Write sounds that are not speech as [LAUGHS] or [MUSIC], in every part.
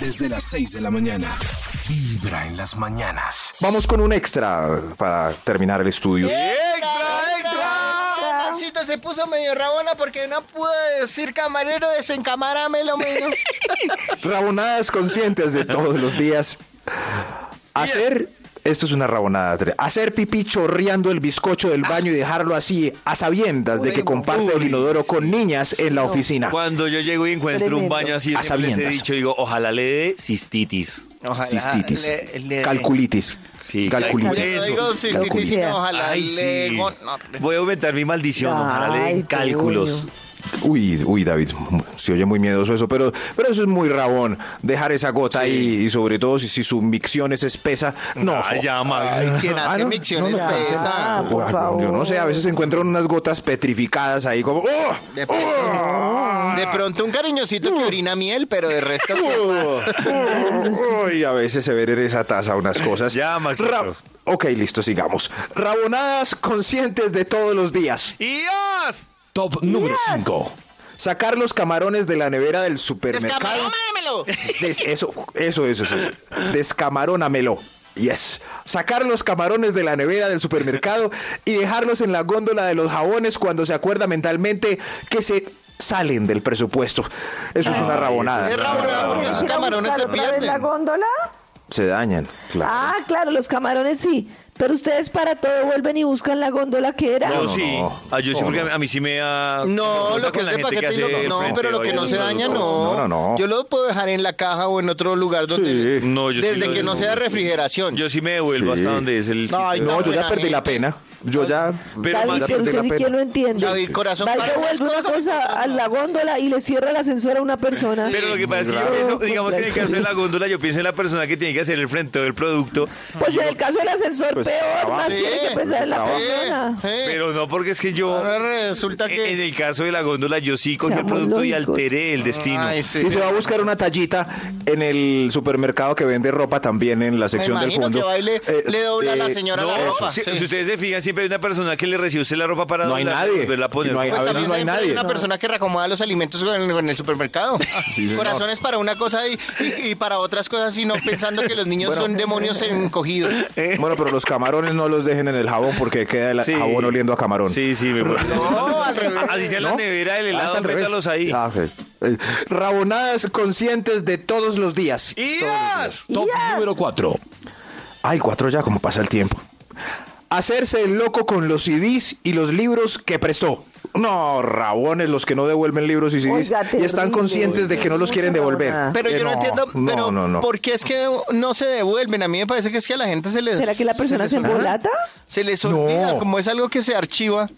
desde las 6 de la mañana. Vibra en las mañanas. Vamos con un extra para terminar el estudio. ¿Eh? ¡Extra, extra! Maxito se puso medio rabona porque no pudo decir camarero, desencamarámelo menos. Rabonadas conscientes de todos los días. Hacer, esto es una rabonada, Andrea. hacer pipí chorreando el bizcocho del baño y dejarlo así a sabiendas de que comparte el inodoro con niñas en la oficina. Cuando yo llego y encuentro un Tremendo. baño así, A siempre les he sabiendas. dicho, digo, ojalá le dé cistitis. [LAUGHS] Ojalá Cistitis, le- le- calculitis, Sí, calculitis. Yo digo Eso. cistitis, Calculitis. ojalá Ay, le- sí. gonorrea. Voy a aumentar mi maldición, ojalá le Ay, den qué cálculos. bueno. Uy, uy, David, se oye muy miedoso eso, pero, pero eso es muy rabón, dejar esa gota ahí y sobre todo si, si su micción es espesa. No, Ay, fo- Ah, ya, Max. Ay, quien Ah, hace no, micciones no me hagas pesa. nada. por Ay, no, Yo no sé, a veces se encuentran unas gotas petrificadas ahí como... ¡Oh! De pronto, de pronto un cariñosito que orina miel, pero de resto. [LAUGHS] ¡Oh! Uy, a veces se ven en esa taza unas cosas. Ya, Maxito. ok, listo, sigamos. Rabonadas conscientes de todos los días. ¡Dios! Top número Yes. 5. Sacar los camarones de la nevera del supermercado. ¡Descamarómamelo! Des- eso, eso, eso, eso. Descamarónamelo. Yes. Sacar los camarones de la nevera del supermercado y dejarlos en la góndola de los jabones cuando se acuerda mentalmente que se salen del presupuesto. Eso es una rabonada. Es rabonada porque esos ¿Ir a camarones buscar se otra vez la pierden. góndola? Se dañan, claro. Ah, claro, los camarones sí. Pero ustedes para todo vuelven y buscan la góndola que era. No, no, sí. no. Ah, yo sí, porque a mí sí me da. me No, gusta lo que con es la de gente paquete y lo- hace no, frente pero lo que a no se varios daña productos. no. No, no, no. Yo lo puedo dejar en la caja o en otro lugar donde Sí. No, yo sí desde lo- que no sea refrigeración. Yo sí me devuelvo Sí. hasta donde es el. Ay, sitio. No, yo ya buena perdí la gente. pena. Yo ya. Pero David, Maxi, pero de la usted sí que pena. lo entiende. David, corazón, Va y para las devuelve una cosas. cosa a la góndola y le cierra el ascensor a una persona. Pero lo que pasa es que yo Claro. pienso, digamos que en el caso [LAUGHS] de la góndola, yo pienso en la persona que tiene que hacer el frente del producto. Pues en el caso del ascensor, Pues, peor, trabajo. más Sí, tiene que pensar en la trabajo. persona. Sí, sí. Pero no, porque es que yo. Ahora Eh, resulta en- que- Eh, En el caso de la góndola, yo sí cogí el Seamos producto y lógicos. alteré el destino. Ay, sí. Y se va a buscar una tallita en el supermercado que vende ropa también en la sección del imagino fondo. Eh, que va y le- le dobla a la señora No, la ropa, si, sí. si ustedes se fijan, siempre hay una persona que le recibe usted la ropa para No hay doblarla y nadie. volverla a poner. No hay- Pues a veces también no hay siempre nadie. una No. persona que reacomoda los alimentos en, en [LAUGHS] el supermercado. señor. Corazones para una cosa y, y- y para otras cosas, y [LAUGHS] no pensando que los niños eh, son demonios encogidos. Bueno, pero los camarones no los dejen en el jabón porque queda el Sí. jabón oliendo a camarón. Sí, sí, me parece. No, al revés. [LAUGHS] Así sea ¿No? la nevera del Ah, es helado, al revés. métalos ahí. Ah, ok. Eh, Rabonadas conscientes de todos los días. ¡Ias! Top Yes. número 4. Ay, cuatro ya, como pasa el tiempo. Hacerse el loco con los CDs y los libros que prestó. No, rabones, los que no devuelven libros y CDs Oiga, y están terrible. conscientes de que no los quieren Mucha devolver. rabonada. Pero Eh, yo no, entiendo, no, pero no, no. ¿por qué es que no se devuelven? A mí me parece que es que a la gente se les... ¿Será que la persona se les olvida. embolata? Se les No. olvida, como es algo que se archiva.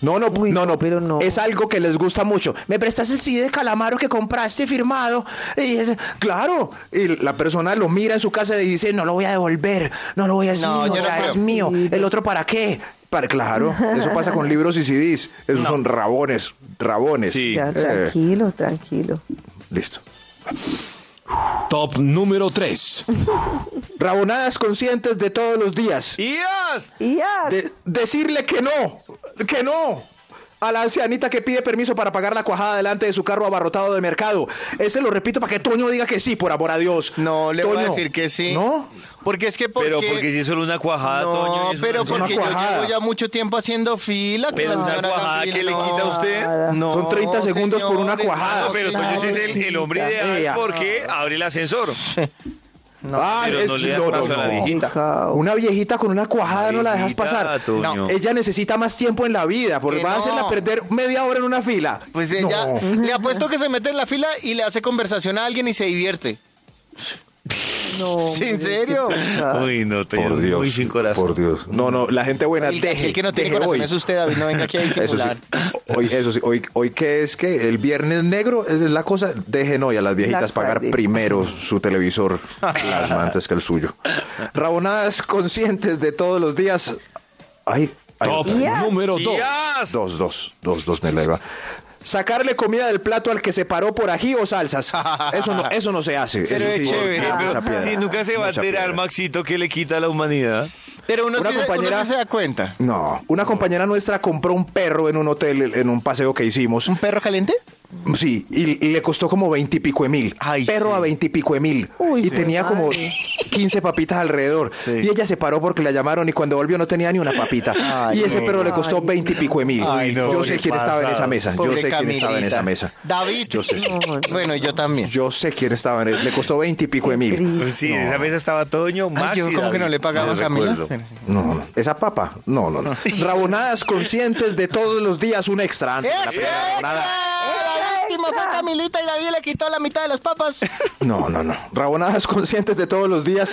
No, no, Uy, no, no, no, pero no. Es algo que les gusta mucho. ¿Me prestas el CD de Calamaro que compraste firmado? Y es- claro. Y la persona lo mira en su casa y dice, no lo voy a devolver, no lo voy a es No, mío, yo no ya creo. es mío. ¿El otro para qué? Para, claro, eso pasa con libros y CDs. Esos son rabones, rabones. Sí. Ya, Eh, tranquilo, tranquilo. listo. Top número 3. Rabonadas conscientes de todos los días. ¡Ias! Y ya. De- decirle que no, que no. A la ancianita que pide permiso para pagar la cuajada delante de su carro abarrotado de mercado. Ese lo repito para que Toño diga que sí, por amor a Dios. No, le voy a Toño, decir que sí. ¿No? Porque es que porque... Pero porque si es solo una Ah, cuajada, Toño. no, y es pero una- una porque yo cuajada. llevo ya mucho tiempo haciendo fila. que Pero la es una señora cuajada Gabriela, que le quita a usted. No, Son 30 segundos por una señores, cuajada. No, pero Toño sí es el, el hombre ideal Ella. porque abre el ascensor. Ah, pero es- no le das no, paso no, a la no. viejita. Una viejita con una cuajada Ah, no la dejas Viejita, pasar. Toño. No, Ella necesita más tiempo en la vida, porque Que va a no. hacerla perder media hora en una fila. Pues ella No. le apuesto que se mete en la fila y le hace conversación a alguien y se divierte. No, ¿Sí, ¿En [LAUGHS] hombre, serio? qué pesado. Uy, no, Toño. Por Dios. Muy sin corazón. Por Dios. No, no, la gente buena, El, deje. el que no tiene deje corazón hoy. es usted, David, no venga aquí [LAUGHS] a Eso sí. disimular. Hoy, eso sí, hoy, hoy que es que el viernes negro es la cosa, dejen hoy a las viejitas Black pagar Friday. primero su televisor plasma antes que el suyo. Rabonadas conscientes de todos los días. Ay, ay, Top otra. Yes. número 2. ¡Ias! dos, dos, dos, dos, Nela, ahí va. Sacarle comida del plato al que se paró por ají o salsas. Eso no, eso no se hace. Eso Pero es sí, chévere. mucha Pero piedra, si nunca se va a mucha enterar, piedra. Maxito, que le quita a la humanidad. Pero uno, Una sí se- uno compañera- sí se da cuenta. No, una compañera nuestra compró un perro en un hotel, en un paseo que hicimos. ¿Un perro caliente? Sí, y le costó como veintipico de mil. Ay, perro sí. a veintipico de mil. Uy, y sí. [LAUGHS] tenía como Ay. 15 papitas alrededor. Sí. Y ella se paró porque la llamaron y cuando volvió no tenía ni una papita. [LAUGHS] Ay, y ese no. perro le costó Ay, veintipico de mil. Ay, no, yo pobre sé quién estaba en esa pasado. mesa. Yo Pobre sé quién estaba en Camilita. esa mesa. David. Yo sé. [LAUGHS] Bueno, yo también. Yo sé quién estaba en Le costó veintipico de mil. Triste. Sí, esa mesa estaba Toño, Ay, Max yo y como que David. no le pagaba a No Camila. recuerdo. No, no, no. Esa papa. No, no, [LAUGHS] no. Rabonadas conscientes de todos los días, un extra. antes de la primera ¡Extra! rabonada. La víctima fue Camilita y David le quitó la mitad de las papas. No, no, no. Rabonadas [LAUGHS] conscientes de todos los días.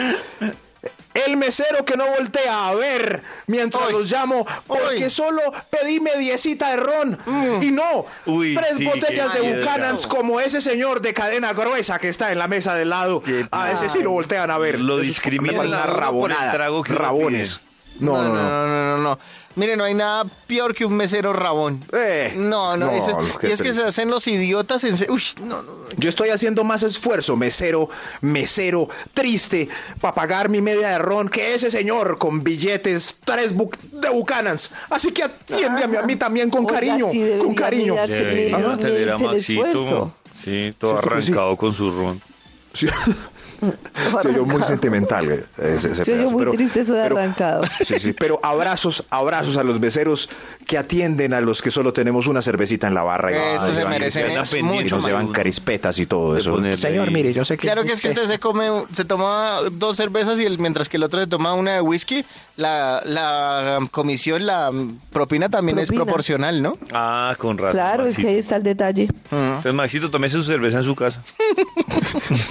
El mesero que no voltea a ver mientras Uy. los llamo porque Uy. solo pedí mediecita de ron y no Mm. Uy, tres sí, botellas qué de miedo. Buchanans como ese señor de cadena gruesa que está en la mesa del lado. A ese sí lo voltean a ver. Lo Eso es discriminan como una a uno por el rabonada. trago que uno Rabones. No, no, [LAUGHS] no, no. no, no, no. Mire, no hay nada peor que un mesero rabón. Eh, no, no, no, eso- qué y es que triste. se hacen los idiotas en se- Uy, no, no. Yo estoy haciendo más esfuerzo, mesero, mesero, triste, para pagar mi media de ron que ese señor con billetes, tres bu- de bucanas. Así que atiéndame a mí también con Oiga, cariño, sí con deberían cariño. mirarse, Debería miren, atender Eh, a mírense el Maxito. esfuerzo. Sí, todo ¿Cierto que sí? arrancado con su ron. Sí. [LAUGHS] Se oyó muy sentimental. eh, ese- ese Se oyó pedazo, muy triste eso de pero- [LAUGHS] arrancado. Sí, sí, pero abrazos, abrazos a los meseros que atienden a los que solo tenemos una cervecita en la barra. y- Eso y se van- merecen Ana es pendiente, Y mucho nos más. llevan más. carispetas y todo De eso. ponerle Señor, ahí. mire, yo sé que... Claro que es que usted se come, se toma dos cervezas y el- mientras que el otro se toma una de whisky, la, la um, comisión, la um, propina también es Propina. proporcional, ¿no? Ah, con razón. Claro, es que ahí está el detalle. Entonces, Maxito, tómese su cerveza en su casa.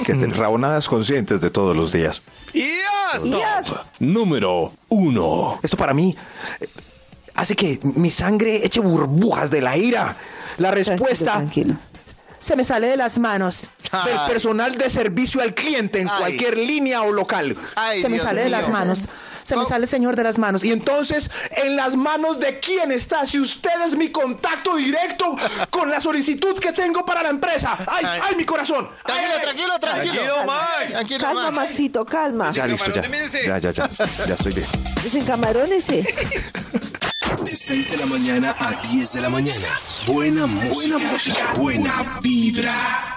que Mm. te- rabonadas conscientes de todos los días. pues, Dios. Número 1. Esto para mí eh, hace que mi sangre eche burbujas de la ira. La respuesta Tranquilo, se me sale de las manos del Ay. personal de servicio al cliente en Ay. cualquier línea o local. Ay, Oh. se me Dios sale de mío. las manos. Se me ¿Cómo? sale, señor, de las manos. Y entonces, ¿en las manos de quién está? Si usted es mi contacto directo con la solicitud que tengo para la empresa. ¡Ay, ay, Ay. mi corazón! ¡Ay, Tranquilo, ay, ay! tranquilo, tranquilo. Tranquilo, Max. Tranquilo, Calma, Max. Maxito, calma. Ya, listo, ya. Camarones, Ya, ya, ya. Ya estoy bien. Desencamarónese. De 6 de la mañana a 10 de la mañana. Buena música. Buena vibra.